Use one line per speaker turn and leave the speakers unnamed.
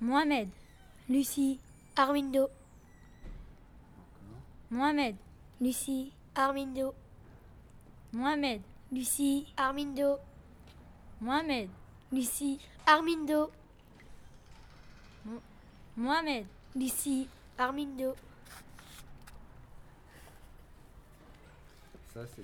Mohamed,
Lucie,
Armindo,
Mohamed,
Lucie,
Armindo,
Mohamed,
Lucie,
Armindo,
Mohamed,
Lucie,
Armindo,
Mohamed,
Lucie,
Armindo.
Ça, c'est